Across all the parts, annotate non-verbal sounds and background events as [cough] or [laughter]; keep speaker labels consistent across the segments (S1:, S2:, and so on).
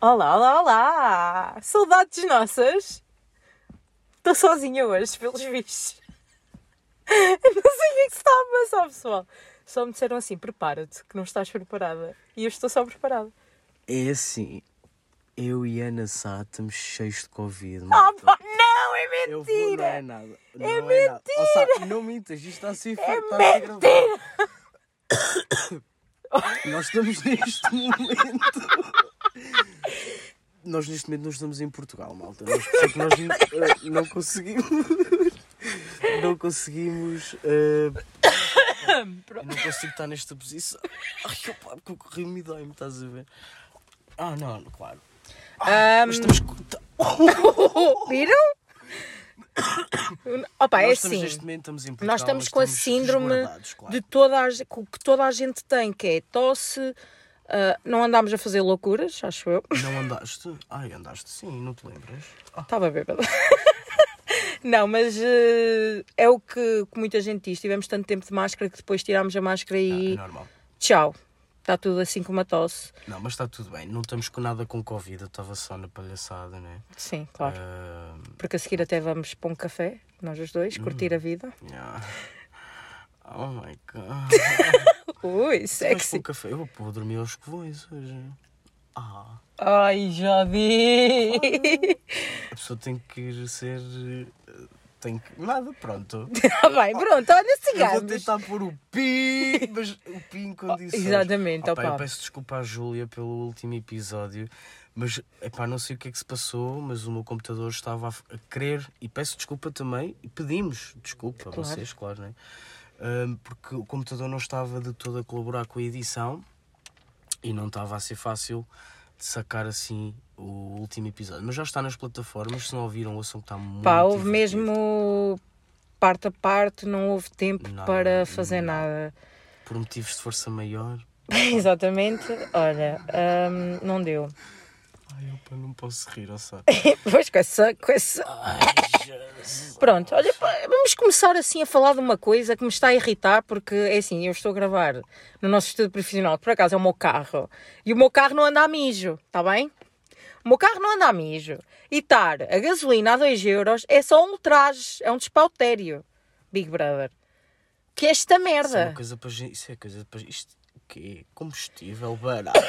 S1: Olá, olá, olá! Saudades nossas! Estou sozinha hoje, pelos vistos. Eu não sei o que é que se está a passar, pessoal. Só me disseram assim: prepara-te, que não estás preparada. E eu estou só preparada.
S2: É assim, eu e Ana Sá estamos cheios de Covid.
S1: Ah,
S2: malta.
S1: pá, não, é
S2: Então, Eu vou, não é
S1: mentira!
S2: nada. Não é, nada. Ó, Sá, não mintas, isto está a ser feito. está a ser Tá gravado.
S1: É Mentira!
S2: Nós estamos neste momento. Nós neste momento não estamos em Portugal, malta. Nós, só que nós eh, não conseguimos. Não conseguimos. eh,
S1: [coughs]
S2: eu não consigo estar nesta posição. Ai, opa, porque o correio me dói-me, estás a ver? Ah, não, claro. Ah,
S1: Hum.
S2: Mas estamos. co- ta-
S1: oh, Viram? [coughs] Opa, é
S2: nós estamos
S1: assim.
S2: neste momento estamos em Portugal.
S1: Nós estamos com a síndrome
S2: resguardados, claro.
S1: de toda a, ge- co- que toda a gente tem, que é tosse, ah, não andámos a fazer loucuras, acho eu.
S2: Não andaste? Ai, andaste sim, não te lembras? Ah,
S1: Estava bêbada. [laughs] Não, mas eh, é o que, que muita gente diz. Tivemos tanto tempo de máscara que depois tirámos a máscara
S2: é
S1: e
S2: normal.
S1: tchau. Está tudo assim com uma tosse.
S2: Não, mas está tudo bem. Não estamos com nada com Covid. Eu estava só na palhaçada, né?
S1: Sim, claro.
S2: Ah,
S1: Porque a seguir até vamos para um café, nós os dois, curtir
S2: Hum.
S1: a vida.
S2: yeah. Oh my
S1: [laughs]
S2: god.
S1: Ui,
S2: Mas um com
S1: sexy.
S2: café. Eu vou dormir aos covões hoje. Ah.
S1: Ai, já vi. [laughs]
S2: A pessoa tem que ir ser. eh, Tem que. Nada, pronto.
S1: Está Ah, bem, pronto, olha,
S2: Eu vou
S1: sigamos.
S2: tentar pôr o
S1: [laughs]
S2: pi, mas o pi em condições.
S1: exatamente,
S2: Opá,
S1: opá.
S2: Eu peço desculpa à Júlia pelo último episódio, mas epá, não sei o que é que se passou, mas o meu computador estava a f- a querer, e peço desculpa também, e pedimos desculpa a
S1: Claro.
S2: vocês, claro, né? Ahm, porque o computador não estava de todo a colaborar com a edição e não estava a ser fácil de sacar assim o último episódio. Mas já está nas plataformas, se não ouviram, ouçam que está muito.
S1: Pá, houve
S2: divertido.
S1: mesmo parte a parte, não houve tempo
S2: Nada,
S1: para fazer
S2: não.
S1: nada. [laughs]
S2: Por motivos de força maior.
S1: Exatamente, olha, hum, não deu.
S2: Ai, opa, não posso rir, ó
S1: É
S2: só.
S1: [laughs] Pois com essa, com essa. Pronto, olha, pá, vamos começar assim a falar de uma coisa que me está a irritar, porque é assim, eu estou a gravar no nosso estudo profissional, que por acaso é o meu carro, e o meu carro não anda a mijo, está bem? O meu carro não anda a mijo. E estar a gasolina a 2 euros é só um ultraje, é um despautério, Big Brother. Que é esta
S2: Isso é
S1: merda.
S2: uma coisa para gente. Isso é coisa para Isto o quê? Combustível
S1: [laughs]
S2: é barato.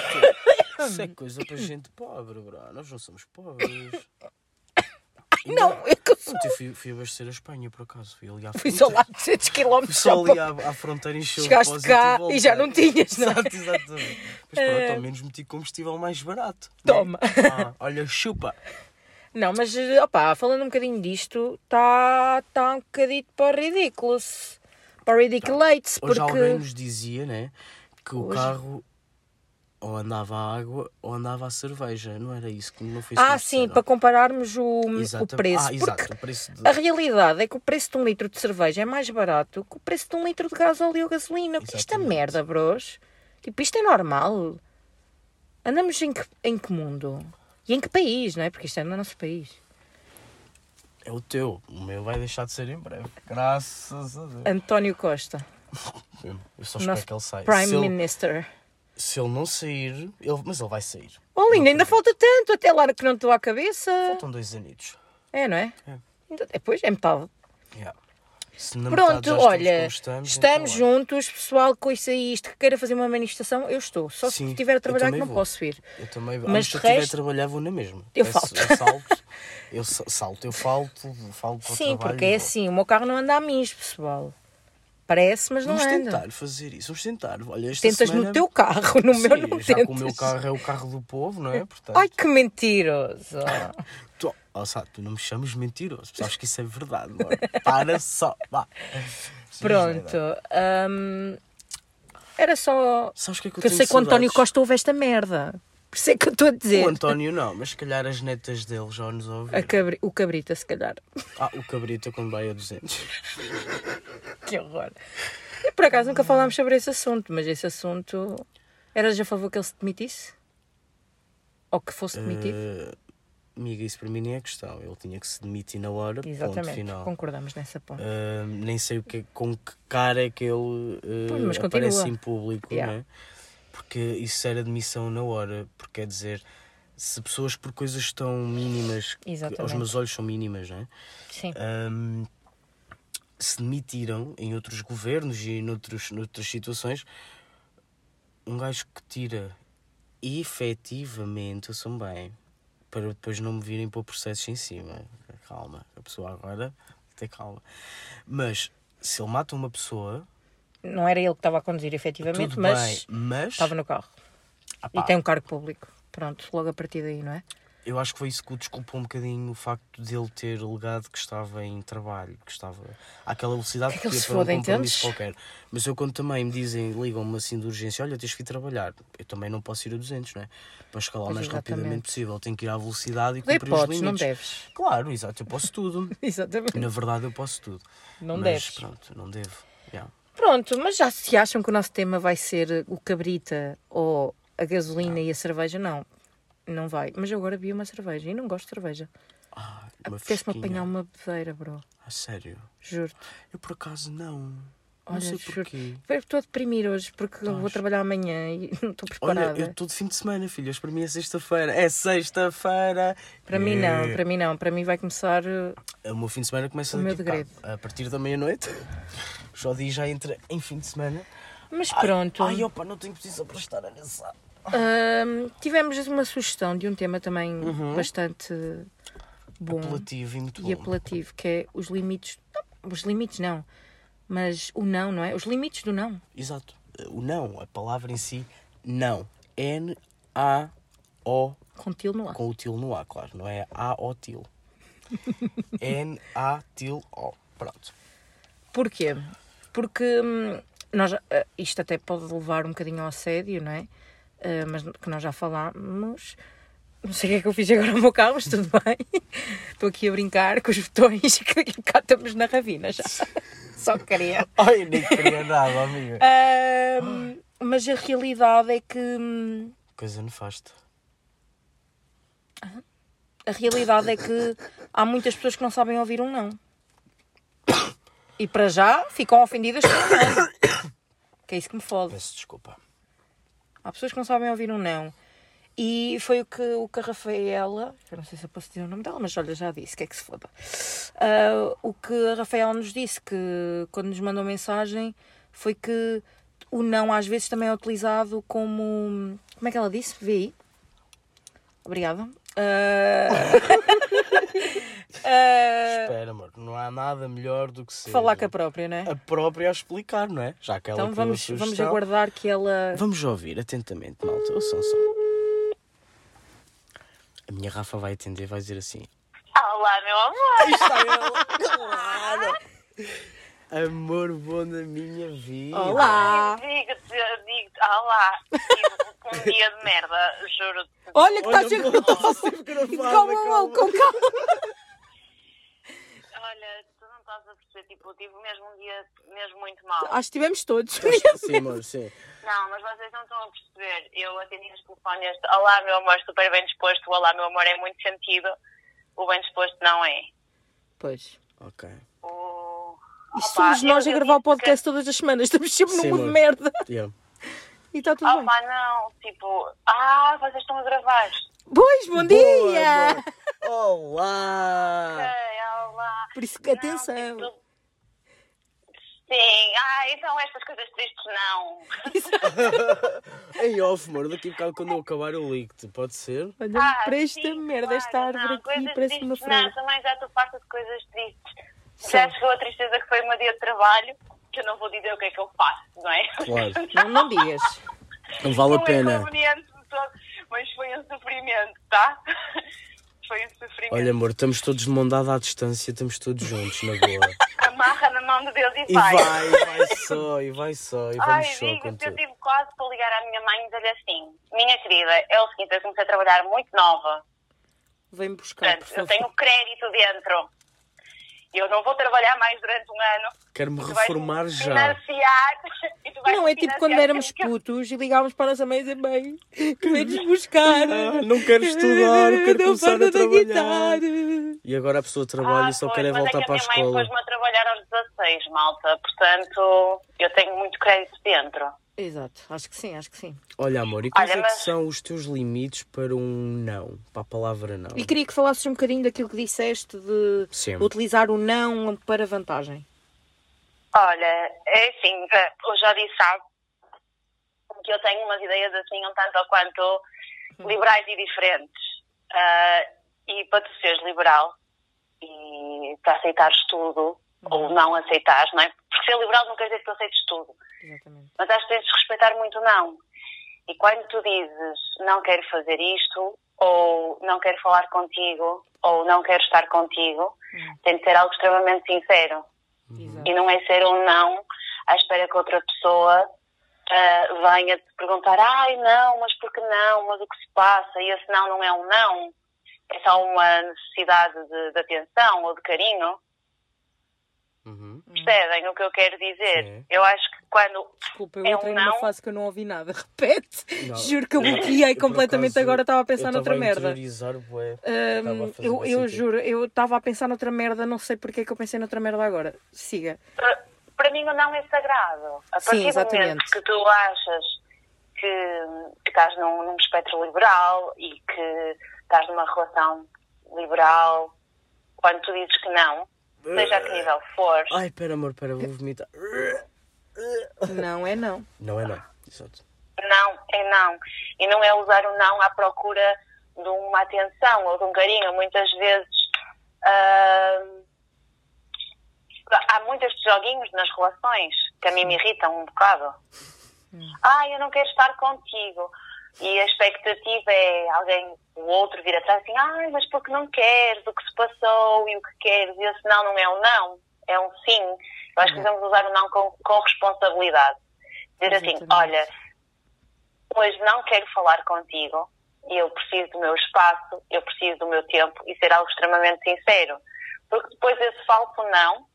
S2: Isso é coisa para gente pobre, bro. Nós não somos pobres. Ainda-
S1: [coughs] Não, eu que sou-
S2: Ontem fui, fui abastecer a Espanha, por acaso. Fui ali à
S1: fui
S2: fronteira.
S1: só lá 200 km.
S2: Fui só ali à, à fronteira encheu o
S1: Chegaste
S2: depósito
S1: cá
S2: voltei.
S1: e já não tinhas, não é?
S2: Exato, exatamente. Mas pronto, ao menos meti combustível mais barato. né?
S1: Toma.
S2: Ah, olha, chupa.
S1: Não, mas opá, falando um bocadinho disto, está tá um bocadito para o ridículo. Para o ridiculate,
S2: Hoje
S1: porque.
S2: alguém nos dizia, né? Que o
S1: Hoje-
S2: carro ou andava à água ou andava à cerveja. Não era isso que não foi isso que
S1: Ah,
S2: nos
S1: sim,
S2: disseram.
S1: para compararmos o, o
S2: Exata-
S1: preço.
S2: Ah,
S1: porque
S2: exato, o preço de...
S1: a realidade é que o preço de um litro de cerveja é mais barato que o preço de um litro de gasóleo ou gasolina. Esta
S2: Exatamente.
S1: merda, bros. Tipo, isto é normal. Andamos em que, em que mundo? E em que país, não é? Porque isto é no nosso país.
S2: É o teu. O meu vai deixar de ser em breve. Graças a Deus.
S1: António Costa,
S2: Eu só
S1: o
S2: espero
S1: nosso
S2: que ele saia.
S1: Prime
S2: se, ele,
S1: Minister.
S2: se ele não sair, ele... mas ele vai sair.
S1: Oh, linda, ainda falta tanto, até lá que não estou à cabeça.
S2: Faltam dois anitos.
S1: É, não é?
S2: É.
S1: Então, Depois é metade.
S2: Yeah. Se na metade
S1: Pronto,
S2: já estamos
S1: olha,
S2: como
S1: estamos,
S2: então é.
S1: juntos, pessoal, com isso aí, isto que queira fazer uma manifestação, eu estou. Só se
S2: Sim,
S1: estiver a
S2: eu
S1: trabalhar que
S2: também
S1: não
S2: vou.
S1: posso ir.
S2: Eu também vou.
S1: Mas
S2: Mas se
S1: de
S2: eu estiver
S1: resto-
S2: a trabalhar, vou na mesma.
S1: Eu
S2: Peço-
S1: falto.
S2: Eu salto. Eu sa- salto, eu falto, falo para o
S1: Sim,
S2: trabalho
S1: porque
S2: e
S1: é
S2: vou.
S1: assim, o meu carro não anda a mim, pessoal. Parece, mas não
S2: Vamos
S1: anda.
S2: tentar fazer isso, vamos tentar. Olha, esta
S1: Tentas
S2: semana...
S1: no teu carro, no meu
S2: Sim,
S1: não
S2: já
S1: tentas.
S2: que o meu carro é o carro do povo, não é? Portanto,
S1: Ai, que
S2: [laughs]
S1: mentiroso.
S2: Tu, oh, Sá, tu não me chamas mentiroso, tu sabes que isso é verdade, mano. Para só, vá.
S1: Pronto. hum, era só...
S2: Sabes o que é que eu
S1: Que eu
S2: tenho
S1: sei que o António
S2: saudades?
S1: Costa ouve esta merda. Por isso é que eu estou a dizer.
S2: O António não, mas se calhar as netas dele já nos
S1: A
S2: ouviram.
S1: cabri- O cabrita, se calhar.
S2: Ah, o cabrito quando vai a 200.
S1: [laughs] Que horror. E por acaso nunca falámos sobre esse assunto, mas esse assunto. Eras a favor que ele se demitisse? Ou que fosse demitido?
S2: Eh, amiga, isso para mim nem é questão. Ele tinha que se demitir na hora, ponto
S1: Exatamente,
S2: final.
S1: concordamos nessa ponta.
S2: Eh, nem sei o que, com que cara é que ele eh,
S1: Pois, mas
S2: aparece
S1: continua.
S2: em público,
S1: Yeah.
S2: não é? Porque isso era admissão na hora, porque quer dizer, se pessoas por coisas tão mínimas, que
S1: Exatamente.
S2: aos meus olhos são mínimas, não é?
S1: Sim.
S2: Ahm, se demitiram em outros governos e noutros, noutras situações, um gajo que tira efetivamente o Sambém para depois não me virem pôr processos em cima. Calma, a pessoa agora tem calma. Mas se ele mata uma pessoa,
S1: Não era ele que estava a conduzir, efetivamente,
S2: tudo
S1: mas
S2: bem, mas
S1: estava no carro.
S2: Ah
S1: E
S2: pá,
S1: tem um cargo público. Pronto, logo a partir daí, não é?
S2: eu acho que foi isso que o desculpou um bocadinho o facto de ele ter alegado que estava em trabalho, que estava àquela velocidade
S1: Que é que eles
S2: ia
S1: se
S2: para um
S1: fodem,
S2: compromisso
S1: entendes?
S2: qualquer. Mas eu quando também me dizem, ligam-me assim de urgência, olha, tens que ir trabalhar. Eu também não posso ir a 200, não é? Para escalar o
S1: Pois,
S2: mais
S1: exatamente.
S2: rapidamente possível. Tenho que ir à velocidade e
S1: Dê
S2: cumprir os
S1: podes, não
S2: limites.
S1: deves. [laughs]
S2: Claro, exato, eu posso tudo.
S1: Exatamente.
S2: Na verdade eu posso tudo.
S1: Não
S2: Mas
S1: deves.
S2: pronto, não devo. Yeah.
S1: Pronto, mas já se acham que o nosso tema vai ser o cabrita ou a gasolina e a cerveja? Não, não vai. Mas eu agora vi uma cerveja e não gosto de cerveja.
S2: Ah, uma
S1: Apetece-me
S2: fresquinha.
S1: apanhar um uma bebedeira, bro.
S2: Ah, sério?
S1: Juro-te.
S2: Eu por acaso não.
S1: Olha,
S2: não sei
S1: juro.
S2: porquê.
S1: Eu Estou a deprimir hoje porque vou trabalhar amanhã e [laughs] não estou
S2: Então Olha,
S1: preparada.
S2: eu estou de fim de semana, filhas. Para mim é sexta-feira. É sexta-feira.
S1: Para mim
S2: É.
S1: não, para mim não. Para mim vai começar. eh,
S2: O meu fim de semana começa
S1: O meu
S2: daqui a
S1: degredo.
S2: bocado. a partir da meia-noite. O Jodi já entra em fim de semana.
S1: Mas pronto.
S2: Ai, opa, não tenho posição para estar a pensar.
S1: Ahm, tivemos uma sugestão de um tema também bastante bom
S2: Uhum. Apelativo e muito
S1: e
S2: bom.
S1: apelativo, que é os limites. Não, os limites não, mas o não, não é? Os limites do não.
S2: Exato. O não, a palavra em si, não. N-A-O
S1: Com til no ar.
S2: com o til no A, claro. Não é A-O-til.
S1: [laughs]
S2: N-A-til-O. Pronto.
S1: Porquê? Porque hum, nós, ah, isto até pode levar um bocadinho ao assédio, não é? Ah, mas que nós já falámos. Não sei o que é que eu fiz agora ao meu carro, mas tudo bem. Estou aqui a brincar com os botões [laughs] que daqui a bocado estamos na ravina já. Só queria.
S2: Ai, nem queria
S1: [laughs]
S2: nada, amiga.
S1: Ah, hum, mas a realidade é que. hum,
S2: Coisa nefasta.
S1: A realidade é que há muitas pessoas que não sabem ouvir um não. E para já ficam ofendidas com um não. [coughs] Que é isso que me fode.
S2: Peço desculpa.
S1: Há pessoas que não sabem ouvir um não. E foi o que, o que a Rafaela, eu não sei se eu posso dizer o nome dela, mas olha, já disse, que é que se foda. Ah, o que a Rafaela nos disse, que quando nos mandou mensagem, foi que o não às vezes também é utilizado como. Como é que ela disse? Vi. Obrigada.
S2: [laughs]
S1: Ah, ah,
S2: Espera, amor, não há nada melhor do que ser
S1: falar com a própria, não é?
S2: a própria a explicar, não é? Já que ela
S1: Então
S2: pediu a
S1: vamos, vamos
S2: sugestão.
S1: aguardar que ela.
S2: Vamos ouvir atentamente, malta. Ouçam só. A minha Rafa vai atender e vai dizer assim:
S3: Olá, meu amor!
S2: Está ele, claro! Amor bom da minha vida! [laughs]
S1: Olá!
S3: Digo-te, digo-te, olá! Tive um dia de merda, juro-te.
S1: Olha que tá
S2: Olha,
S1: estás
S2: eu estava sempre
S1: Calma,
S2: gravada,
S1: calma,
S2: calma.
S1: com calma.
S3: Olha, tu não estás a perceber, tipo, eu tive mesmo um dia mesmo muito mal.
S1: Acho que tivemos todos.
S2: Sim, amor, sim.
S3: Não, mas vocês não estão a perceber. Eu atendi os telefones de olá, meu amor, super bem disposto. O olá, meu amor, é muito sentido. O bem disposto não é.
S1: Pois.
S2: Ok.
S3: O...
S1: Isto
S3: Opa,
S1: somos nós
S3: eu-
S1: a
S3: eu
S1: gravar o
S3: digo que-
S1: podcast todas as semanas. Estamos sempre
S2: Sim,
S1: num mundo de
S2: amor.
S1: merda.
S2: Yeah.
S1: E está tudo
S3: Ah,
S1: bem.
S3: pá, não, tipo, ah, vocês estão a gravar.
S1: Pois, bom dia!
S2: Boa, amor.
S1: Ah. [laughs]
S2: Olá!
S3: Ei, olá.
S1: Por isso que
S3: Não,
S1: atenção.
S3: tipo, Sim, ah, então estas coisas tristes
S1: [laughs]
S3: não.
S2: Em off, amor, daqui a bocado quando eu acabar eu ligo-te, pode ser?
S1: Olha, para esta
S3: Ah, sim,
S1: merda,
S3: claro,
S1: esta árvore
S3: não,
S1: aqui
S3: coisas
S1: parece uma
S3: tristes, Não,
S1: frase.
S3: também já estou farta de coisas tristes.
S1: Sim.
S3: Já chegou a tristeza que foi o meu dia de trabalho, que eu não vou dizer o que é que eu faço, [laughs] não é?
S2: Claro.
S1: Não, não digas.
S2: Não vale a
S3: Não é
S2: pena.
S3: conveniente de todo, mas foi um sofrimento, tá? [laughs] Foi um sofrimento.
S2: Olha, amor, estamos todos de mão dada à distância, estamos todos juntos, na boa.
S3: Amarra na mão de Deus e,
S2: [laughs] E vai, e vai só, e vai só, e
S3: Ai,
S2: vamos só com
S3: digo-te, eu
S2: tudo.
S3: tive quase para ligar à minha mãe e dizer assim: Minha querida, é o seguinte, eu comecei a trabalhar muito nova.
S1: Vem-me buscar, por
S3: Portanto, eu
S1: favor.
S3: tenho um crédito dentro. Eu não vou trabalhar mais durante um ano.
S2: Quero-me
S3: Tu vais
S2: reformar
S3: me
S2: já.
S3: Financiar, [laughs] e tu vais
S1: Não,
S3: me
S1: é tipo
S3: financiar
S1: quando éramos
S3: aquilo
S1: putos e ligávamos para a nossa mãe e dizia, [laughs] mãe, vem-nos buscar.
S2: Ah, não
S1: [laughs]
S2: quero estudar, eu quero
S1: Não
S2: começar
S1: falta
S2: a
S1: da
S2: trabalhar.
S1: guitarra.
S2: E agora a pessoa
S3: que-
S2: trabalha
S3: Ah,
S2: e só
S3: pois,
S2: quer é
S3: mas
S2: voltar
S3: que
S2: para a
S3: a minha mãe
S2: escola.
S3: pôs-me a trabalhar aos 16, malta. Portanto, eu tenho muito crédito dentro.
S1: Exato, acho que sim, acho que sim.
S2: Olha, amor, e quais
S3: Olha,
S2: é
S3: mas-
S2: que são os teus limites para um não? Para a palavra não?
S1: E queria que falasses um bocadinho daquilo que disseste de
S2: Sempre.
S1: utilizar o não para vantagem.
S3: Olha, é assim, eh, o Jordi sabe que eu tenho umas ideias assim um tanto ou quanto liberais e diferentes. Ah, e para tu seres liberal e tu aceitares tudo, ou não aceitares, não é? Porque ser liberal não quer dizer que tu aceites tudo.
S1: Exatamente.
S3: Mas acho que tens de respeitar muito o não. E quando tu dizes não quero fazer isto, ou não quero falar contigo, ou não quero estar contigo, tem de ser algo extremamente sincero.
S2: Uhum.
S1: Exato.
S3: E não é ser um não à espera que outra pessoa ah, venha te perguntar: ai não, mas por que não? Mas o que se passa? E esse não não é um não, é só uma necessidade de, de atenção ou de carinho.
S2: Uhum.
S3: é Percebem o que eu quero dizer?
S2: Sim.
S3: Eu acho que quando.
S1: Desculpa, eu
S3: É um
S1: entrei numa
S3: não?
S1: fase que eu não ouvi nada. [laughs] Repete.
S2: Não.
S1: Juro que eu
S2: Eu,
S1: bloqueei
S2: por
S1: completamente
S2: acaso,
S1: agora, estava a
S2: eu
S1: pensar noutra
S2: estava a
S1: merda.
S2: interiorizar, bué. Estava a
S1: Hum,
S2: fazer
S1: eu
S2: bué
S1: eu
S2: sentido.
S1: juro, eu estava a pensar noutra merda, não sei porque é que eu pensei noutra merda agora.
S2: [laughs]
S1: Siga.
S3: para- Para mim, o não é sagrado. A
S1: Sim,
S3: partir do
S1: exatamente.
S3: momento que tu achas que, que estás num, num espectro liberal e que estás numa relação liberal, quando tu dizes que não, seja a que nível for,
S2: Ai, pera, amor, pera, vou vomitar.
S1: Não é não.
S2: Não é não. Exato.
S3: não é não. E não é usar o não à procura de uma atenção ou de um carinho. Muitas vezes. ah, há muitos joguinhos nas relações que a mim me irritam um bocado. Ah, eu não quero estar contigo. E a expectativa é alguém, o outro vir atrás assim, ah, mas porque não queres, o que se passou e o que queres. E esse não não é um não, é um sim. Eu acho que devemos usar o não com, com responsabilidade. Dizer assim,
S1: Exatamente.
S3: olha, hoje não quero falar contigo, eu preciso do meu espaço, eu preciso do meu tempo e ser algo extremamente sincero. Porque depois esse falso não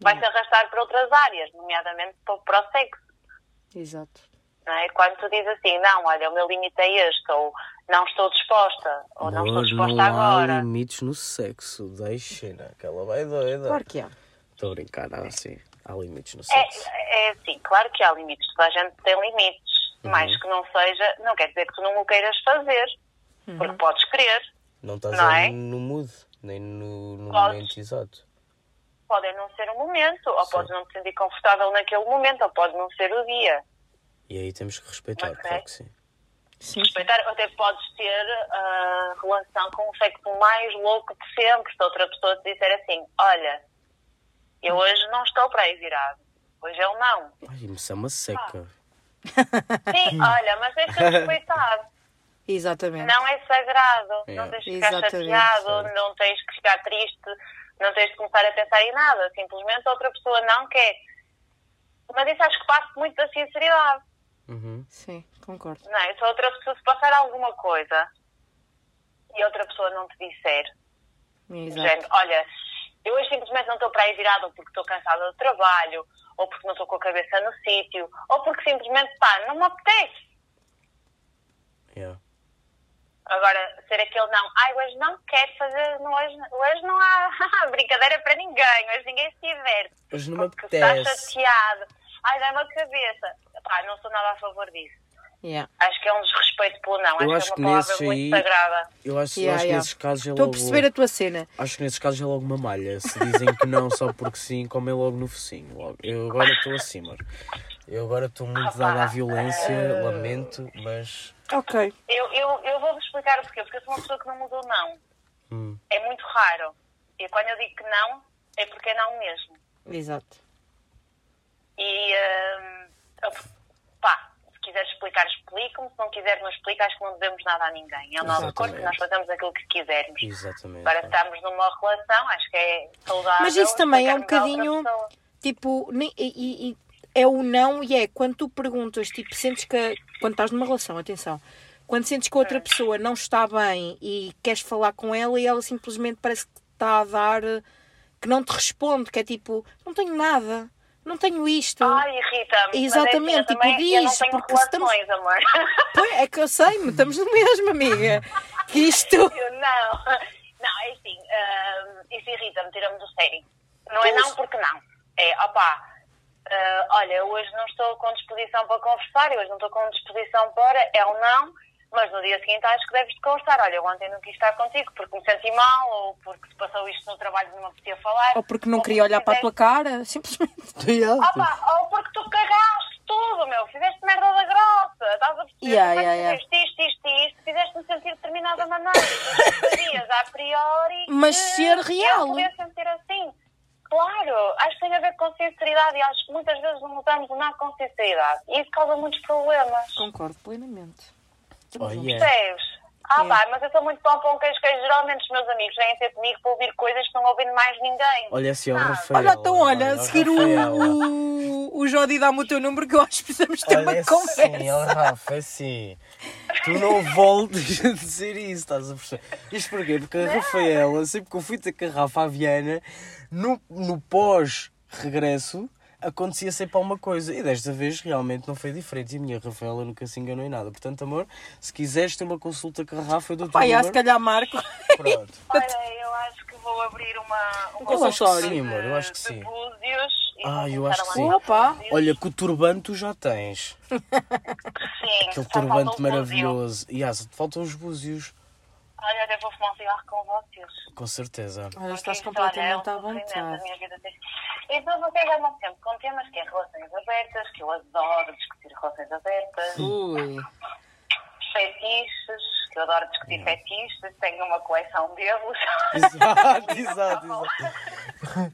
S3: vai se arrastar para outras áreas, nomeadamente para, para o sexo.
S1: Exato.
S3: Não é? Quando tu dizes assim, não, olha, o meu limite é este, ou não estou disposta, ou Oh, não estou
S2: Amor,
S3: disposta
S2: não
S3: agora.
S2: há limites no sexo. Deixa-na, que ela vai doida.
S1: Claro que há.
S2: Estou a brincar, não, assim. Há limites no sexo.
S3: É, é assim, claro que há limites, toda a gente tem limites,
S2: Uhum.
S3: mas que não seja, não quer dizer que tu não o queiras fazer, porque podes querer,
S2: Não estás
S3: Não
S2: aí
S3: é?
S2: no mood, nem no, no
S3: Podes.
S2: momento exato.
S3: pode não ser o momento, ou podes não te sentir confortável naquele momento, ou pode não ser o dia.
S2: E aí temos que respeitar,
S3: Ok.
S2: claro que sim.
S1: Sim.
S3: respeitar, até podes ter ah, relação com o sexo mais louco de sempre, se outra pessoa te disser assim, olha, eu hoje não estou para aí virado, hoje eu não.
S2: Ai, me uma seca.
S3: Ah. Sim, olha, mas deixa de respeitar,
S1: Exatamente.
S3: não é sagrado,
S2: Yeah.
S3: não tens de ficar
S1: Exatamente,
S3: chateado,
S2: certo.
S3: não tens que ficar triste, não tens de começar a pensar em nada, simplesmente outra pessoa não quer. Mas isso acho que passa muito da sinceridade,
S2: Uhum.
S1: Sim, concordo.
S3: não é? Se a outra pessoa se passar alguma coisa e a outra pessoa não te disser, Do
S1: Exato.
S3: género, olha, eu hoje simplesmente não estou para aí virado ou porque estou cansada do trabalho, ou porque não estou com a cabeça no sítio, ou porque simplesmente, pá, não me apetece.
S2: Yeah.
S3: Agora, ser aquele não, ai, hoje não quero fazer, não, hoje, hoje não há [laughs] brincadeira para ninguém, hoje ninguém se diverte.
S2: Hoje não me
S3: porque está
S2: apetece.
S3: chateado, ai, dá-me a cabeça. Pá, não sou nada a favor disso.
S1: Yeah.
S3: Acho que é um desrespeito pelo não,
S2: Eu
S3: acho,
S2: acho
S3: que
S2: que
S3: é uma
S2: nesses
S3: palavra muito
S2: aí-
S3: sagrada.
S2: Eu acho, eu
S1: Yeah,
S2: acho que
S1: yeah.
S2: nesses casos é
S1: Estou a
S2: logo.
S1: perceber a tua cena.
S2: Acho que nesses casos é logo uma malha. Se dizem que não só porque sim, comem logo no focinho. Logo. Eu agora estou assim, mano. Eu agora estou muito dada à violência, lamento, mas.
S1: Ok.
S3: Eu, eu, eu vou-vos explicar o porquê, porque eu sou uma pessoa que não mudou não.
S2: Hum.
S3: É muito raro. E quando eu digo que não, é porque é não mesmo.
S1: Exato.
S3: E hum, eu- pá, se quiser explicar, explico-me. Se não quiser, não explico. Acho que não devemos nada a ninguém. É o nosso
S2: Exatamente. é
S3: corpo, nós fazemos aquilo que quisermos.
S2: Exatamente.
S3: Agora, tá. se
S2: [laughs]
S3: estamos numa relação, acho que é saudável.
S1: Mas isso também é um
S3: explicarmos à outra
S1: bocadinho.
S3: pessoa.
S1: Tipo, nem- e- e- e é o não e é quando tu perguntas, tipo, sentes que. a- Quando estás numa relação, atenção. Quando sentes que a outra pessoa não está bem e queres falar com ela e ela simplesmente parece que está a dar. eh, que não te responde, que é tipo, não tenho nada, não tenho isto.
S3: Ai, irrita-me.
S1: Exatamente,
S3: Mas é assim, eu
S1: tipo,
S3: também- eu não
S1: diz,
S3: tenho
S1: porque se estamos-
S3: relações, amor. [laughs]
S1: Pois, é que eu sei, mas estamos no mesmo, amiga. Que
S3: [laughs]
S1: isto.
S3: Eu não. Não, é assim, hum, isso irrita-me, tira-me do sério. Não é não porque não. É, opá, ah, olha, hoje não estou com disposição para conversar, hoje não estou com disposição para, é ou não, mas no dia seguinte acho que deves de conversar. Olha, eu ontem não quis estar contigo porque me senti mal, ou porque se passou isto no trabalho e não me apetecia falar.
S1: Ou porque não queria olhar para
S3: É.
S1: a tua cara, simplesmente.
S3: Ah, pá, ou porque tu cagaste tudo, meu, fizeste merda da grossa, estás a perceber?
S1: Yeah,
S3: Como é que
S1: yeah,
S3: fizeste isto, isto e isto, fizeste-me sentir de
S1: [laughs]
S3: determinada maneira. Sabias a priori.
S1: Mas
S3: que
S1: ser real.
S3: Eu podia sentir assim. Claro, acho que tem a ver com sinceridade e acho que muitas vezes não usamos nada com sinceridade. E isso causa muitos problemas.
S1: Concordo plenamente.
S2: Olha,
S3: Percebes? Ah, pá, mas eu sou muito bom para um queijo queijo. Geralmente os meus amigos vêm ter comigo para ouvir coisas que não ouvem mais ninguém.
S2: olha assim, ó Rafael.
S1: Olha, então, olha, a
S2: ó
S1: seguir o,
S2: Rafael.
S1: o, o Jodi dá-me o teu número que eu acho que precisamos ter
S2: Olha
S1: uma conversa.
S2: Sim, ó Rafa, assim. Tu não voltes [laughs] a dizer isso, estás a perceber? Isto porquê? Porque a Rafaela, sempre que eu fui ter com a Rafa à Viana, no, no pós-regresso, acontecia sempre alguma coisa. E desta vez realmente não foi diferente. E a minha Rafaela nunca se enganou em nada. Portanto, amor, se quiseres ter uma consulta com a Rafa, eu dou-te o
S1: Pai, ah, se
S2: número.
S1: calhar marco.
S2: Pronto.
S3: Olha, eu acho que vou abrir uma, um
S2: Eu acho que
S3: consultório
S2: sim, amor, eu acho
S3: de-
S2: que
S3: de
S2: sim.
S3: Búzios e
S2: Ah,
S3: vou
S2: eu
S3: começar
S2: acho
S3: a
S2: que sim.
S3: mandar
S1: Opa.
S3: búzios.
S2: Olha, que o turbante tu já tens.
S3: Sim,
S2: Aquele
S3: só falta
S2: turbante
S3: um búzio.
S2: maravilhoso. E ah, só te faltam os búzios.
S3: Olha, até vou fumar um cigarro com vocês.
S2: Com certeza.
S1: [laughs] Olha, estás
S3: Porque isto,
S1: completamente
S3: olha, é
S1: à
S3: um sofrimento, a
S1: vontade.
S3: minha vida tem- E depois vocês andam sempre com temas que é relações abertas, que eu adoro discutir relações abertas.
S1: Ui.
S3: fetiches, que eu adoro discutir fetiches, tenho uma coleção deles. [laughs]
S2: Exato, exato, exato.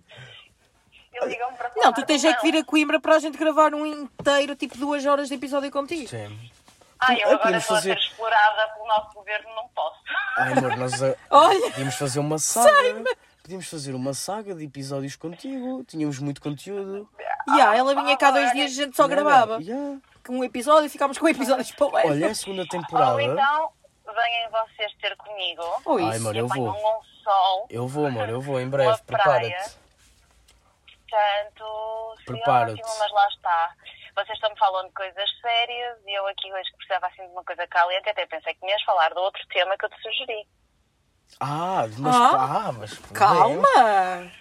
S3: Eu ligam para
S1: Não, tu tens é que vir a Coimbra para a gente gravar um inteiro, tipo duas horas de episódio contigo.
S2: Sim.
S3: Ah,
S2: Ah,
S3: eu agora
S2: podemos
S3: estou a
S2: fazer-
S3: ser explorada pelo nosso governo, não posso.
S2: Ai, amor, nós a-
S1: [laughs] Olha.
S2: podíamos fazer uma saga. Podíamos fazer uma saga de episódios contigo. Tínhamos muito conteúdo.
S1: E ah, ela vinha cá dois dias e a gente só
S2: Não era?
S1: gravava.
S2: Yeah.
S1: Com um episódio e ficámos com episódios para o
S2: Olha,
S1: ano.
S2: é a segunda
S3: Ou
S2: temporada.
S3: então, venham vocês ter comigo.
S1: Ou
S2: Ai,
S1: isso.
S2: amor, eu
S3: apanham
S2: vou.
S3: um sol,
S2: Eu vou, amor, eu vou em
S3: Uma
S2: breve.
S3: praia.
S2: Prepara-te.
S3: portanto, seria
S2: Prepara-te.
S3: ótimo, mas lá está. Vocês estão-me falando de coisas sérias e eu aqui hoje que precisava assim de uma coisa caliente, até pensei que me ias falar do outro tema que eu te sugeri.
S2: Ah, mas.
S1: Ah.
S2: Ah, mas. bem,
S1: Calma!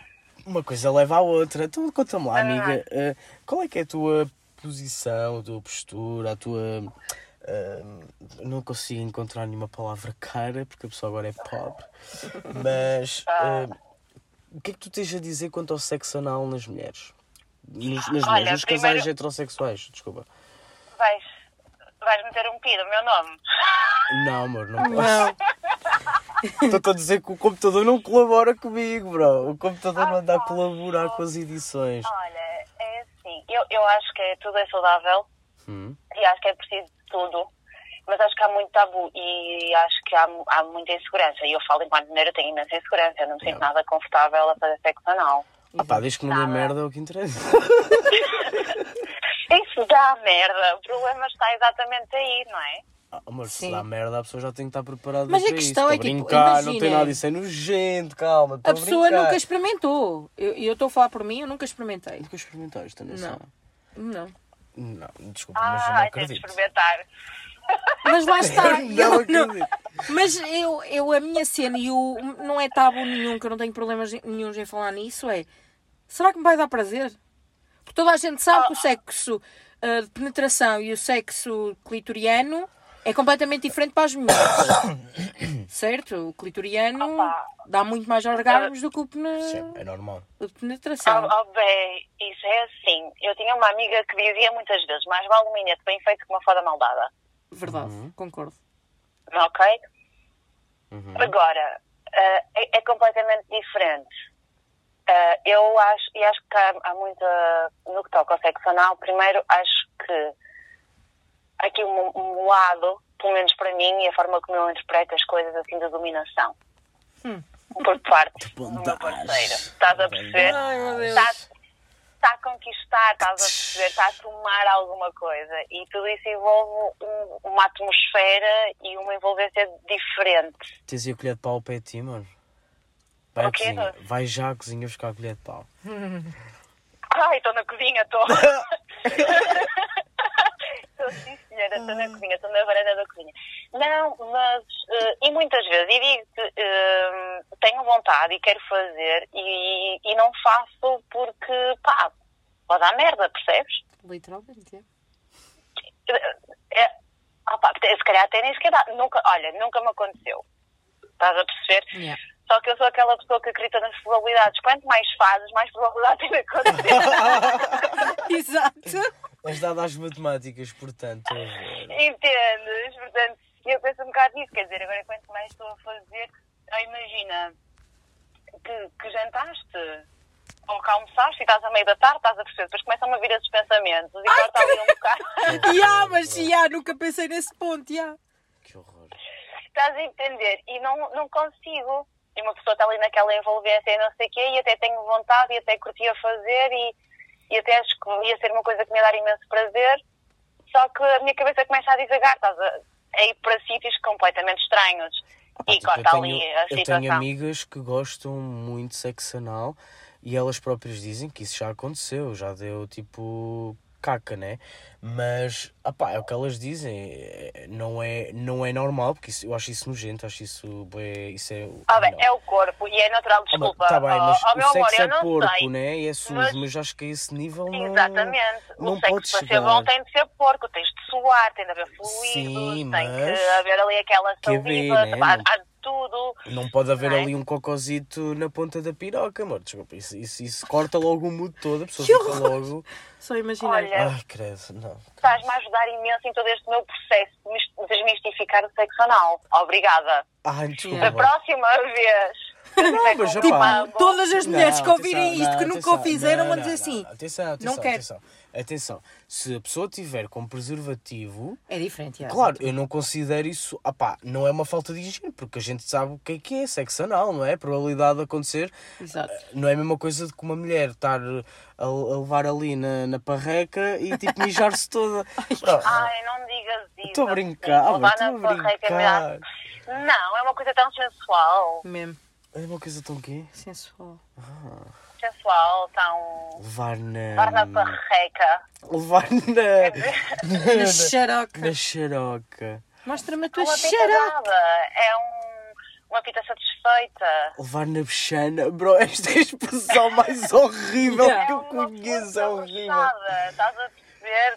S2: uma coisa leva à outra. Então, conta-me lá, amiga. ah, qual é que é a tua posição, a tua postura, a tua. ah, não consigo encontrar nenhuma palavra cara porque a pessoa agora é pobre, mas ah, o que é que tu tens a dizer quanto ao sexo anal nas mulheres? Nos, nas
S3: Olha,
S2: mulheres, nos
S3: primeiro-
S2: casais heterossexuais, desculpa.
S3: Vais, vais meter um pido, o meu nome.
S2: Não, amor, não [laughs] posso. Estou a dizer que o computador não colabora comigo, bro. O computador não anda a colaborar com as edições.
S3: Olha, é assim, eu, eu acho que é- tudo é saudável
S2: Hum.
S3: e acho que é preciso de tudo, mas acho que há muito tabu e acho que há, mu- há muita insegurança. E eu falo enquanto mulher, eu tenho imensa insegurança, eu não me
S2: É.
S3: sinto nada confortável a fazer sexo anal.
S2: Ah pá, desde que não dê merda é o que interessa.
S3: Isso dá merda, o problema está exatamente aí, não é?
S2: Ah, amor, se
S1: Sim.
S2: dá merda, a pessoa já tem que estar preparada
S1: Mas a
S2: para
S1: questão
S2: isso.
S1: é,
S2: Tô a
S1: tipo,
S2: brincar, não tem
S1: imagina.
S2: nada, isso é nojento, calma. tô
S1: A pessoa
S2: brincar.
S1: nunca experimentou. Eu- Eu estou a falar por mim, eu nunca experimentei.
S2: Nunca experimentaste, não
S1: Não. Não.
S2: Não, desculpa, mas eu não
S3: Ah, tens de
S2: acredito.
S3: experimentar.
S1: Mas lá está.
S2: [laughs] Não
S1: eu não-
S2: acredito.
S1: Mas eu, eu, a minha cena, e o, não é tabu nenhum, que eu não tenho problemas nenhum em falar nisso, é será que me vai dar prazer? Porque toda a gente sabe que o sexo ah, de penetração e o sexo clitoriano é completamente diferente para as mulheres. certo? O clitoriano
S3: Opa.
S1: dá muito mais orgasmos do que o pene-
S2: Sim, é normal.
S1: o de
S3: Oh,
S2: Então.
S1: penetração.
S3: oh, bem, isso é assim. Eu tinha uma amiga que dizia muitas vezes: mais vale um minete bem feito que uma foda maldada.
S1: Verdade, concordo.
S3: ok? Agora, ah, é, é completamente diferente. Ah, eu acho, e acho que há, há muita, no que toca ao sexo anal, primeiro acho que há aqui um, um lado, pelo menos para mim, e a forma como eu interpreto as coisas assim da dominação. Por parte do meu
S2: bondage.
S3: parceiro. Estás a perceber?
S1: Ai, meu Deus.
S3: Está está É. Tá, a conquistar, estás a perceber, está a tomar alguma coisa. E tudo isso envolve um- uma atmosfera e uma envolvência diferente.
S2: Tens aí a colher de pau ao pé de ti, mano? Vai, à
S3: O quê,
S2: cozinha.
S3: doce?
S2: Vai já à cozinha buscar a colher de pau.
S3: Ai, estou na
S1: [laughs]
S3: cozinha, estou. Estou sim, senhora, estou na cozinha, estou na varanda da cozinha. Não, mas. eh, e muitas vezes, e digo-te, eh, tenho vontade e quero fazer e, e não faço porque, pá, pode dar merda, percebes?
S4: Literalmente, é.
S3: É, opá, se calhar até nem sequer dá. Nunca, olha, nunca me aconteceu. Estás a perceber?
S1: Yeah. [laughs]
S3: Só que eu sou aquela pessoa que acredita nas probabilidades. Quanto mais fazes, mais probabilidade tem de acontecer.
S4: Exato.
S2: És dada às matemáticas, portanto. é-
S3: Entendes? Portanto, eu penso um bocado nisso. Quer dizer, agora quanto mais estou a fazer, ah, imagina que, que jantaste ou que almoçaste e estás a meio da tarde, estás a perceber. Depois começam a vir esses pensamentos e corta ali um bocado.
S4: Já, mas já, nunca pensei nesse ponto, já.
S2: Que horror.
S3: estás a entender? E não, não consigo. E uma pessoa está ali naquela envolvência e não sei o quê, e até tenho vontade e até curtia fazer e, e até acho que ia ser uma coisa que me ia dar imenso prazer. Só que a minha cabeça começa a devagar, estás a, a ir para sítios completamente estranhos. e
S2: Tipo,
S3: corta
S2: eu
S3: tá ali
S2: tenho-
S3: a
S2: Eu tenho
S3: situação.
S2: amigas que gostam muito de sexo anal e elas próprias dizem que isso já aconteceu, já deu tipo caca, né? Mas, apá, é o que elas dizem, é- não é, não é normal, porque isso- eu acho isso nojento, acho isso, bué- isso é...
S3: Ah, bem,
S2: não.
S3: é o corpo e é natural,
S2: Ah, mas
S3: desculpa.
S2: tá bem,
S3: Oh,
S2: mas
S3: oh,
S2: o
S3: meu amor,
S2: sexo
S3: eu
S2: é
S3: não
S2: porco,
S3: sei.
S2: né? E é sujo, mas,
S3: mas-
S2: acho que a esse nível não...
S3: Exatamente.
S2: não
S3: o sexo
S2: pode
S3: para
S2: chegar.
S3: ser bom tem de ser porco, tens de suar, tem de haver fluidos,
S2: Sim,
S3: tem
S2: mas
S3: que haver ali aquela
S2: que haver,
S3: saliva,
S2: né?
S3: há,
S2: Não-
S3: há de tudo.
S2: Não pode haver
S3: Não é?
S2: ali um cocosito na ponta da piroca, amor. Desculpa, isso, isso, isso corta logo o mood todo, a pessoa
S1: Que
S2: fica
S1: horror.
S2: logo.
S1: Só imaginei.
S3: Olha.
S2: Ai, credo, não.
S3: Estás-me a ajudar imenso em todo este meu processo de mis- desmistificar o sexo anal. Obrigada.
S2: Ai, desculpa.
S3: Da
S1: Yeah.
S2: vá.
S3: próxima vez.
S2: Não, mas
S3: Tipo,
S1: Tá
S2: rapaz.
S3: Bom.
S4: Todas as mulheres que
S2: Não,
S4: ouvirem
S2: atenção,
S4: isto, que
S2: não,
S4: nunca
S2: atenção,
S4: o fizeram,
S2: não,
S4: vão
S2: não,
S4: dizer
S2: não,
S4: assim.
S2: não, Atenção, atenção,
S4: quero.
S2: atenção. Atenção. Se a pessoa tiver com preservativo,
S1: É diferente, já.
S2: claro, eu não considero isso. Ah pá, não é uma falta de higiene, porque a gente sabe o que é que é sexo anal, não é? A probabilidade de acontecer
S1: Exato.
S2: não é a mesma coisa de que uma mulher estar a, a levar ali na, na parreca e
S4: [laughs]
S2: tipo mijar-se toda. Pronto.
S3: Ai, não digas isso.
S2: Tô a brincar,
S3: Vou levar
S2: tô
S3: na
S2: a
S3: barriga,
S2: brincar.
S3: cuidado. Não, é uma coisa tão sensual.
S1: Mesmo.
S2: É uma coisa tão quê?
S1: Sensual.
S3: Sensual, tão.
S2: Levar
S3: Levar na
S2: na.
S3: parreca.
S2: Levar na.
S1: Na xaroca.
S2: na xaroca.
S1: Mostra-me a tua
S3: Uma pita
S1: xaroca.
S3: dada. É um, uma pita satisfeita.
S2: Levar na bexana, bro, esta é a expressão mais horrível
S1: Yeah.
S2: que
S3: É
S2: eu
S3: uma
S2: conheço, é
S3: flor
S2: horrível.
S3: desabrochada, Estás a perceber?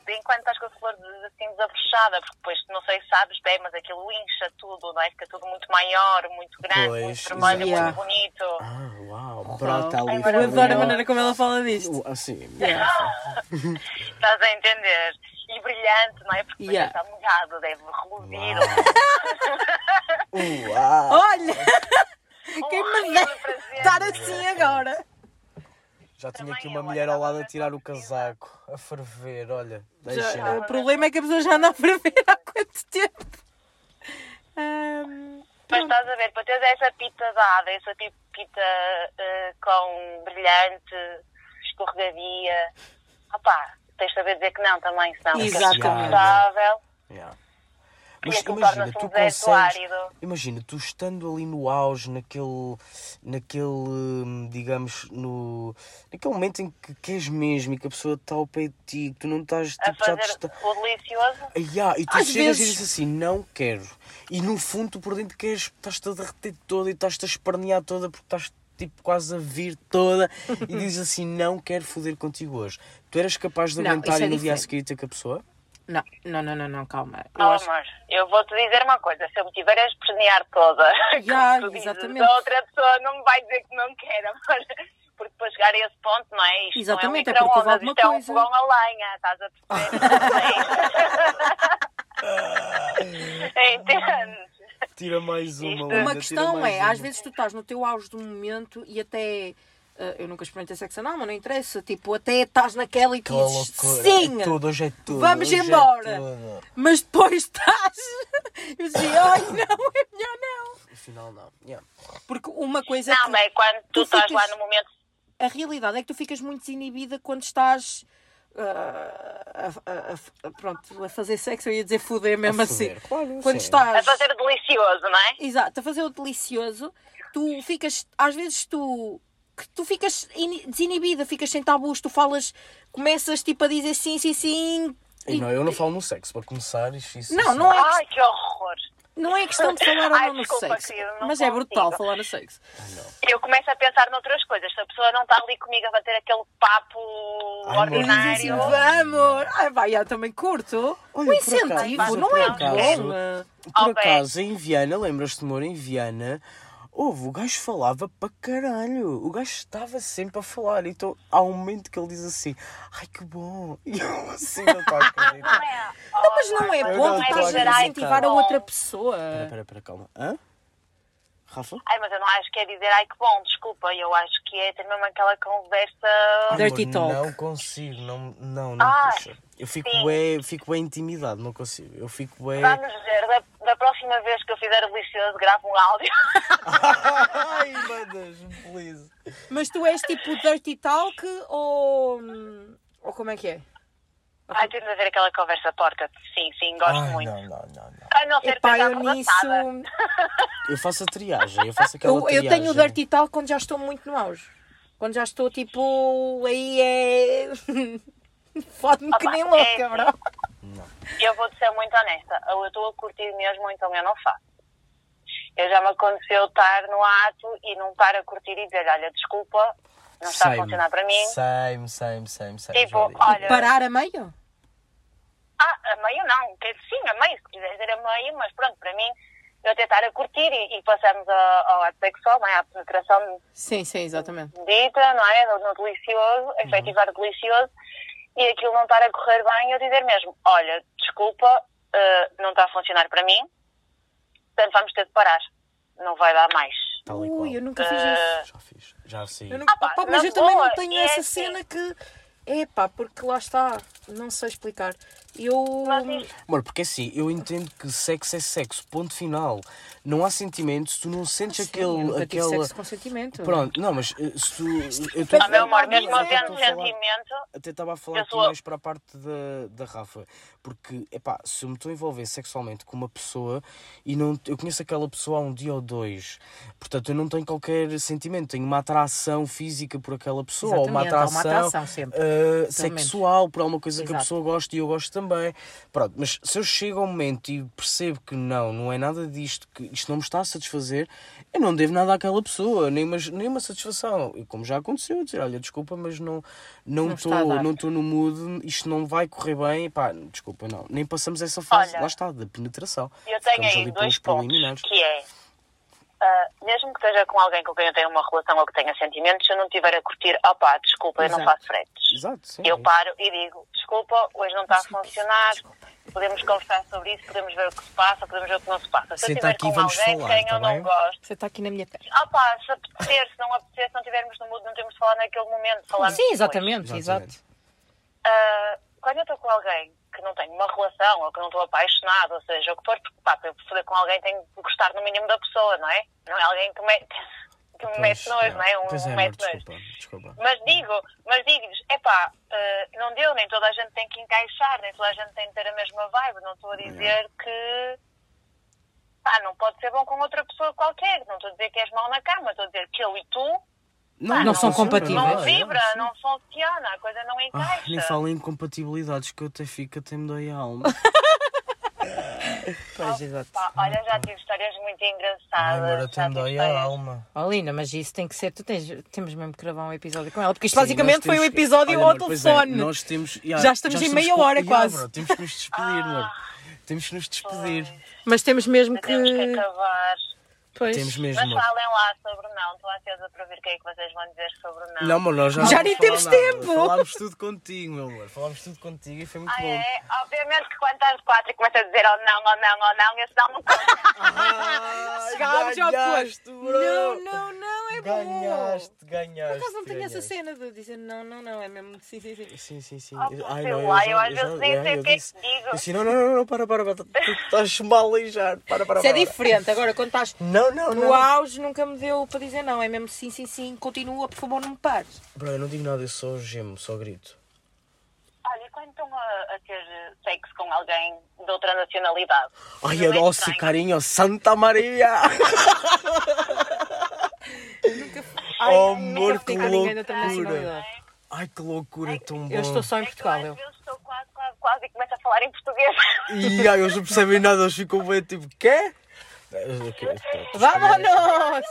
S3: Enquanto estás com a flor des- assim desabrochada, porque depois não sei se sabes bem, mas aquilo incha tudo, não é? Fica tudo muito maior, muito grande,
S2: Pois,
S3: muito vermelho,
S1: exato.
S3: muito bonito.
S2: Ah, uau, bro, está ali.
S3: Ai,
S1: Eu adoro a
S2: frio.
S1: maneira como ela fala disto.
S2: Uh, Assim,
S3: Estás a entender? E brilhante, não é? Porque depois
S1: Yeah.
S3: está molhado, deve um reluzir.
S2: uau. uau.
S1: Olha! Quem me
S3: horrível
S1: dera
S3: prazer.
S1: estar assim agora?
S2: Já tinha aqui
S3: Também
S2: uma
S3: eu
S2: mulher ao
S3: estava
S2: lado a
S3: bem
S2: tirar o
S3: confundida.
S2: casaco, a ferver, olha.
S1: Já-
S2: Deixa.
S1: o problema é que a pessoa já anda a ferver há quanto tempo? Ahm,
S3: Mas estás a ver, para teres essa pita dada, essa tipo pita eh, com brilhante, escorregadia, opá, tens de saber dizer que não também, senão fica
S1: Exatamente.
S3: desconfortável.
S2: Yeah.
S3: E
S2: Mas
S3: aquilo
S2: imagina,
S3: torna-se
S2: tu
S3: um deserto
S2: consegues.
S3: árido.
S2: Imagina, tu estando ali no auge, naquele. naquele. hum, digamos, no. naquele momento em que queres mesmo e que a pessoa está ao pé de ti, que tu não estás.
S3: A
S2: tipo, já te
S3: fazer
S2: está.
S3: o delicioso.
S2: Ah, yeah, e tu
S1: Às
S2: chegas e
S1: vezes-
S2: dizes assim, não quero. E no fundo, tu por dentro queres, estás-te a derreter toda e estás-te a espernear toda porque estás tipo quase a vir toda
S1: [laughs]
S2: e dizes assim, não quero foder contigo hoje. Tu eras capaz de
S1: Não,
S2: aguentar
S1: isso é
S2: e no dia a
S1: diferente.
S2: seguir ter com a pessoa?
S1: Não, não, não, não, não, calma. Eu
S3: Oh,
S1: acho que
S3: amor, eu vou-te dizer uma coisa, se eu me tiver a espremear toda, [laughs]
S1: Já,
S3: como tu dizes,
S1: exatamente.
S3: a outra pessoa não me vai dizer que não quer, amor. Porque para chegar a esse ponto, não é? Isto
S1: Exatamente, é
S3: não é um
S1: porque houve
S3: micro-ondas,
S1: alguma
S3: isto é
S1: coisa.
S3: um fogão a lenha, estás a
S1: [laughs]
S3: perceber? Entendes?
S2: Tira mais
S3: Isto-
S2: uma.
S3: Uma
S2: Wanda,
S1: É, uma
S2: tira
S1: questão
S2: mais
S1: é,
S2: uma.
S1: às vezes tu estás no teu auge do momento e até. ah, eu nunca experimentei sexo anal, mas não interessa. Tipo, até estás naquela e tu
S2: Aquela
S1: dizes
S2: loucura.
S1: sim,
S2: É tudo, hoje é tudo.
S1: vamos
S2: hoje é
S1: embora.
S2: tudo.
S1: mas depois [laughs] estás. Eu dizia, ai não, é melhor não.
S2: Afinal, não. Yeah.
S1: Porque uma coisa
S3: Não,
S1: que.
S3: mas é quando tu,
S1: tu
S3: estás
S1: ficas-
S3: lá no momento
S1: a realidade é que tu ficas muito desinibida quando estás ah, a, a- a- a- pronto, a fazer sexo, eu ia dizer foder mesmo
S2: A
S1: assim.
S2: foder, claro,
S1: quando
S2: sim.
S3: a
S1: estás
S3: fazer delicioso, não é?
S1: exato, a fazer o delicioso, tu ficas, às vezes tu que tu ficas ini- desinibida, ficas sem tabus, tu falas, começas tipo a dizer sim, sim, sim.
S2: é E não, eu não falo no sexo, para começar. Isso, isso,
S1: Não,
S2: isso
S1: não é.
S3: Ai, que horror!
S1: Não é questão de
S3: [laughs]
S1: falar ou
S3: Ai,
S1: não no
S3: desculpa,
S1: sexo.
S3: querido, não
S1: mas é brutal
S3: consigo.
S1: falar no sexo.
S3: Eu começo a pensar noutras coisas. Se a pessoa não está ali comigo a bater aquele papo
S2: Ai,
S1: E diz assim,
S3: ordinário.
S1: vamos. Ai, vai, eu também curto.
S2: Olha,
S1: o
S2: por acaso,
S1: incentivo
S3: mas
S1: não
S3: por
S1: é
S2: acaso-
S1: bom.
S2: Por
S3: Oh, bem.
S2: acaso, em Viana, lembras-te, amor, em Viana, houve, o gajo falava para caralho. O gajo estava sempre a falar. Então há um momento que ele diz assim: Ai que bom. [laughs] E eu assim não estou a
S3: [laughs]
S2: acreditar.
S1: assim, Não, mas não é
S2: Eu
S1: bom. Estás
S2: não estou a
S1: a
S2: acreditar.
S1: incentivar a outra pessoa.
S2: Espera, espera, espera, calma. Hã? Rafa?
S3: Ai, mas eu não acho que é dizer, ai que bom, desculpa. Eu acho que é ter mesmo aquela
S2: Ah,
S3: conversa.
S5: Dirty
S2: amor,
S5: talk.
S2: Não consigo, não, não, não
S3: Ai,
S2: puxa. Eu fico
S3: Ah, sim.
S2: bem, fico bem intimidado, não consigo. Eu fico bem.
S3: Vamos ver, da, da próxima vez que eu fizer o delicioso, gravo um áudio. [laughs]
S2: [laughs] Ai, mandas-me, please.
S1: Mas tu és tipo dirty talk ou. Ou como é que é?
S3: Ai, temos a ver aquela conversa porca. Sim, sim, gosto
S2: Ai,
S3: muito.
S2: não, não, não, não.
S3: A não ser que
S1: Epá,
S3: seja
S1: eu nisso.
S3: arrebatada.
S2: Eu faço a triagem, eu faço aquela
S1: Eu, eu
S2: triagem.
S1: tenho o dirty talk quando já estou muito no auge. Quando já estou tipo. Aí é. [laughs] Fode-me que
S3: Opa,
S1: nem
S3: é
S1: louca,
S3: assim.
S1: bro.
S3: Eu vou ser muito honesta. Eu estou a curtir mesmo, então eu não faço. Eu já me aconteceu estar no ato e não estar a curtir e dizer, olha, desculpa, não está a
S2: Sei-me,
S3: funcionar para mim.
S2: Sei-me, sei-me, sei-me, sei-me.
S3: Tipo,
S2: Jordi.
S3: olha,
S1: Parar a meio?
S3: ah, a meio não, quer dizer, sim, a meio, se quiser dizer a meio, mas pronto, para mim, eu até estar a curtir e, e passamos ao, ao ato sexual, não é? à penetração
S1: Sim, sim, exatamente.
S3: dita, não é? No, no delicioso, efetivar o delicioso, e aquilo não estar a correr bem, eu dizer mesmo, olha, desculpa, eh, não está a funcionar para mim, portanto vamos ter de parar, não vai dar mais.
S2: Tal e qual.
S1: Ui, eu nunca fiz isso.
S2: Já fiz, já sei.
S1: Eu nunca-
S3: Ah, pá,
S1: pá, mas
S3: na
S1: eu também
S3: boa,
S1: não tenho
S3: é
S1: essa
S3: assim.
S1: cena que. É pá, porque lá está. Não sei explicar. Eu.
S3: Mas isto-
S2: Amor, porque assim, eu entendo que sexo é sexo, ponto final. Não há sentimentos, tu não sentes
S1: Sim, eu
S2: aquele.
S1: nunca tive
S2: aquela...
S1: sexo com sentimento.
S2: Pronto, não, mas eh, se tu. Eu tô-
S3: Ah, meu amor, mesmo
S2: Mas é que eu
S3: havendo
S2: tô a falar-
S3: sentimento,
S2: até estava a falar
S3: Eu
S2: aqui
S3: sou-
S2: mais para a parte da, da Rafa, porque, epá, se eu me estou a envolver sexualmente com uma pessoa e não, eu conheço aquela pessoa há um dia ou dois, portanto eu não tenho qualquer sentimento, tenho uma atração física por aquela pessoa, ou uma
S1: Exatamente, há uma
S2: atração,
S1: atração sempre,
S2: ah,
S1: pelo
S2: sexual, por alguma coisa que a
S1: Exato.
S2: pessoa gosta e eu gosto também. Pronto, mas se eu chego ao momento e percebo que não, não é nada disto, que isto não me está a satisfazer, eu não devo nada àquela pessoa, nem uma, nem uma satisfação. E como já aconteceu, eu dizer, olha, desculpa, mas não não
S1: Não está a
S2: estou
S1: dar.
S2: não estou no mood, isto não vai correr bem, pá, desculpa, não, nem passamos essa fase,
S3: Olha,
S2: lá está, da penetração.
S3: eu tenho
S2: Ficamos
S3: aí
S2: ali
S3: dois
S2: pelos
S3: pontos,
S2: preliminares.
S3: que é, ah, mesmo que esteja com alguém com quem eu tenha uma relação ou que tenha sentimentos, se eu não estiver a curtir, opá, desculpa, eu não
S1: Exato.
S3: faço fretes.
S2: Exato, sim. é
S3: Eu paro e digo, desculpa, hoje não está a funcionar, podemos conversar sobre isso, podemos ver o que se passa, podemos ver o que não se passa. Se
S2: Senta
S3: eu estiver
S2: aqui e
S3: com
S2: vamos
S3: alguém de
S2: falar,
S3: quem
S2: tá
S3: eu não
S2: bem?
S3: gosto,
S1: Você está aqui na minha terra.
S3: ah pá, se apetecer, se não apetecer, se não estivermos no mundo, não temos de falar naquele momento. Falamos
S1: Sim,
S3: depois.
S1: exatamente,
S2: Exatamente.
S1: exato.
S3: Ah, quando eu estou com alguém que não tenho uma relação, ou que não estou apaixonado, ou seja, o que for, porque pá, para eu foder com alguém tenho que gostar no mínimo da pessoa, não é? Não é alguém que me, [laughs] que me
S2: Pois,
S3: mete nojo, não é? Um,
S2: pois é,
S3: um
S2: amor,
S3: mete nojo.
S2: desculpa, desculpa.
S3: Mas digo, mas digo-lhes, epá, eh, não deu, nem toda a gente tem que encaixar, nem toda a gente tem que ter a mesma vibe, não estou a dizer que pá, não pode ser bom com outra pessoa qualquer, não estou a dizer que és mau na cama, estou a dizer que eu e tu
S2: Ah,
S1: não são
S2: funciona,
S1: compatíveis.
S2: é?
S3: não vibra,
S2: sim.
S3: não funciona, a coisa não
S2: Ah,
S3: encaixa.
S2: nem falo em compatibilidades que eu até fico, até me dói a
S3: [laughs]
S2: alma.
S1: Pois, exato.
S3: Pá, olha, já tive histórias muito
S2: Ai, amor,
S3: engraçadas.
S2: até
S3: Ah, já
S2: me
S3: tive
S2: dói a
S3: histórias-
S2: alma.
S1: Oh, Linda, mas isso tem que ser. Tu tens, temos mesmo que gravar um episódio com ela, porque isto
S2: Sim,
S1: basicamente
S2: nós
S1: foi um
S2: temos que-
S1: episódio
S2: Olha,
S1: ao
S2: amor, pois é,
S1: telefone.
S2: nós temos, yeah,
S1: Já estamos em meia
S2: com-
S1: hora,
S2: yeah,
S1: quase.
S2: bro, temos que nos
S3: [laughs]
S2: despedir, amor. Temos que nos despedir.
S1: Mas temos mesmo que.
S3: Temos que acabar.
S1: Pois.
S2: Temos mesmo.
S3: Mas
S2: amor.
S3: falem lá sobre o não, estou ansiosa para ouvir o que é que vocês vão dizer sobre o
S2: Não, amor, nós já,
S1: Já
S2: não
S1: nem
S2: vamos
S1: temos
S2: falar nada.
S1: tempo.
S2: Falámos tudo contigo, meu amor. Falámos tudo contigo e foi muito
S3: Ah,
S2: bom.
S3: é? Obviamente que quando estás de quatro e começas a dizer oh não, oh não, oh não, esse não
S2: [laughs]
S3: me conta.
S1: Ah,
S2: Ai,
S1: Chegámos ao
S2: ganhaste,
S1: posto.
S2: bro.
S1: Não, não, não, é bom.
S2: Ganhaste, ganhaste.
S1: Por acaso não tenho essa
S2: ganhaste.
S1: cena de dizer não, não, não, é mesmo. Sim, sim, sim.
S2: Sim, sim, sim.
S3: Ah,
S2: Ai,
S3: sei
S2: não,
S3: lá,
S2: já-
S3: eu às vezes
S2: já-
S3: nem
S2: yeah,
S3: sei
S2: eu
S3: o que é que
S2: disse-
S3: digo.
S2: Eu disse, não, não, não, não, para, para, para. Tu tu estás-me a aleijar. Para, para,
S1: Isso é
S2: para.
S1: diferente. Agora, quando estás
S2: Não, não,
S1: no
S2: não.
S1: auge, nunca me deu para dizer não. É mesmo sim, sim, sim. Continua, por favor, não me pares.
S2: Bro, eu não digo nada, eu só gemo, só grito.
S3: Olha, e quando estão a, a ter sexo com alguém de outra nacionalidade?
S2: Ai,
S3: Não é
S2: doce,
S3: estranho?
S2: carinho, Santa Maria!
S1: Ai,
S2: Oh,
S1: nunca
S2: amor,
S1: fiquei
S2: que
S1: com ninguém da outra
S2: loucura.
S1: nacionalidade.
S2: Ai, que loucura, é tão bom.
S1: Eu estou só em
S3: É que eu
S1: Portugal.
S3: às
S1: Eu.
S3: vezes estou
S2: [laughs]
S3: quase, quase, quase e começo a falar em português.
S2: E ai, eles não percebem nada, eles ficam bem tipo, quê? Ok, pronto.
S1: Vámonos!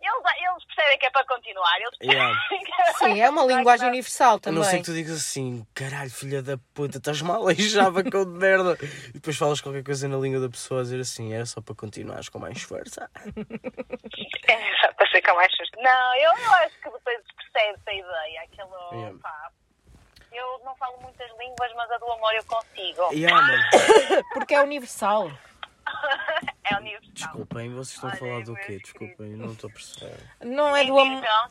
S3: Eles, eles percebem que é para continuar. Eles percebem
S2: Yeah.
S3: que é para
S1: Sim, é uma
S3: continuar.
S1: linguagem universal
S2: A não ser
S1: também.
S2: que tu digas assim, caralho, filha da puta, estás mal [laughs] aleijava com de merda. E depois falas qualquer coisa na língua da pessoa a dizer assim, era só para continuares com mais força.
S3: [laughs] É, só para ser com mais susto. Não, eu, eu acho que depois percebe-se a ideia. Aquilo,
S2: Yeah.
S3: pá, eu não falo muitas línguas, mas a do amor eu consigo.
S2: Yeah, ah, mano. [coughs]
S1: Porque é universal.
S3: É universal.
S2: Desculpem, vocês estão a
S3: Olha,
S1: é
S2: falar do
S3: meus
S2: quê?
S3: queridos.
S2: Desculpem, eu não estou a perceber.
S1: Não é do
S3: Enfim,
S1: amor.
S3: então,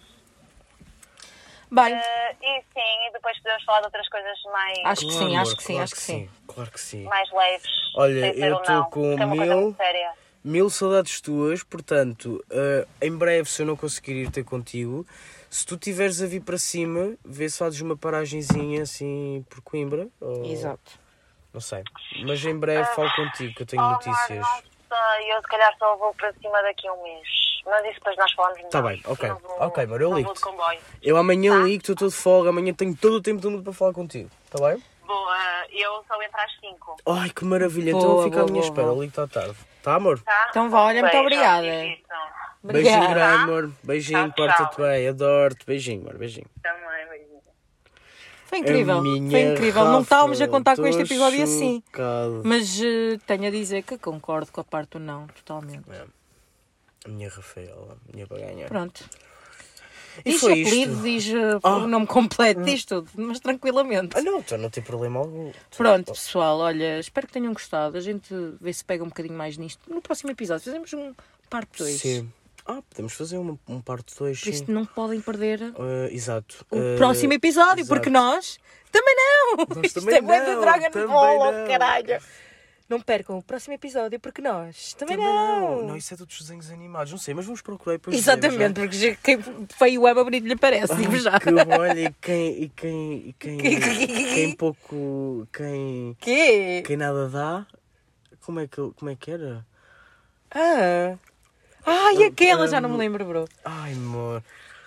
S1: Bem,
S3: eh, e sim, e depois podemos falar de outras coisas mais,
S1: acho que sim,
S2: Claro,
S1: acho que sim,
S2: claro
S1: acho que sim.
S2: Claro que sim.
S3: mais leves.
S2: Olha,
S3: sem ser
S2: eu
S3: um
S2: tô
S3: não,
S2: com
S3: que é uma coisa
S2: mil-
S3: muito séria.
S2: Mil saudades tuas, portanto, eh, em breve, se eu não conseguir ir ter contigo, se tu tiveres a vir para cima, vê se fazes uma paragenzinha assim por Coimbra. Ou...
S1: Exato.
S2: Não sei. Mas em breve falo contigo que eu tenho
S3: Oh,
S2: notícias.
S3: Mar, não sei, eu se calhar só vou para cima daqui a um mês. Mas isso depois nós falamos melhor.
S2: Tá bem, ok.
S3: Não vou-
S2: Ok, Mar, eu
S3: não vou
S2: ligo-te.
S3: de comboio.
S2: Eu amanhã ligo, estou todo de folga, amanhã tenho todo o tempo do mundo para falar contigo. Tá bem?
S3: Boa, eh, eu só entro às 5.
S2: Ai, que maravilha. então
S1: Boa,
S2: fica à
S1: boa,
S2: minha
S1: boa,
S2: espera.
S1: boa.
S2: Ligo-te à tarde. Tá, amor?
S3: Tá?
S1: Então vá, olha, muito
S3: Beijo,
S1: obrigada.
S3: beijinho. então.
S2: Beijinho
S1: Obrigada.
S2: grande, amor. Beijinho,
S3: Tchau, tchau.
S2: porta-te bem. Adoro-te. Beijinho, amor. Beijinho.
S3: Também, beijinho.
S1: Foi incrível.
S2: A minha
S1: Foi incrível. Não
S2: Rafa,
S1: estávamos a contar com
S2: tô
S1: este episódio assim.
S2: chocado.
S1: Mas eh, tenho a dizer que concordo com a parte do não, totalmente.
S2: A minha Rafaela, a minha baganha.
S1: Pronto.
S2: E
S1: Diz
S2: foi isto.
S1: apelido, diz eh, o nome completo, diz tudo, mas tranquilamente.
S2: Ah, não, então não tem problema algum.
S1: Pronto, pessoal, olha, espero que tenham gostado. A gente vê se pega um bocadinho mais nisto. No próximo episódio fazemos um parte 2.
S2: Sim. Ah, podemos fazer um, um parte 2,
S1: Por
S2: sim.
S1: isso não podem perder
S2: Ah, exato.
S1: o
S2: Ah,
S1: próximo episódio,
S2: exato.
S1: porque nós também não!
S2: Nós
S1: [laughs] Isto
S2: também
S1: é bué de
S2: não,
S1: Dragon
S2: também
S1: Ball, oh,
S2: não.
S1: caralho! Não percam o próximo episódio, porque nós também,
S2: Também
S1: não!
S2: não, isso é dos desenhos animados, não sei, mas vamos procurar e depois.
S1: Exatamente, porque já- quem feio ama bonito lhe
S2: [laughs]
S1: parece, digo
S2: dizemos,
S1: já.
S2: não é? Que bom, olha, e quem. E quem, e
S1: [laughs]
S2: quem, quem pouco. Quem,
S1: Quê?
S2: quem nada dá. Como é que, como é que era?
S1: Ah! Ai, aquela já não
S2: hum.
S1: me lembro, bro.
S2: Ai, amor.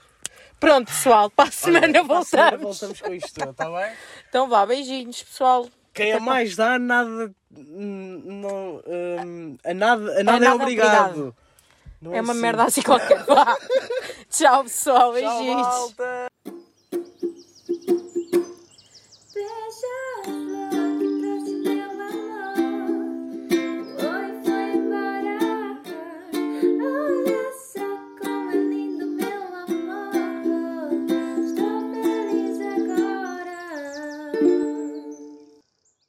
S1: [laughs] Pronto, pessoal, para a semana
S2: Para a semana
S1: voltamos.
S2: Voltamos com isto, está bem?
S1: Então vá, beijinhos, pessoal.
S2: Quem a mais dá, nada. n- Não, hum, a nada, a nada é
S1: nada é
S2: obrigado.
S1: obrigado.
S2: Não
S1: É uma
S2: assim.
S1: merda assim qualquer.
S2: [laughs]
S1: Vá. Tchau, pessoal.
S2: Tchau,
S1: Beijinhos.
S2: malta.
S6: Precious love.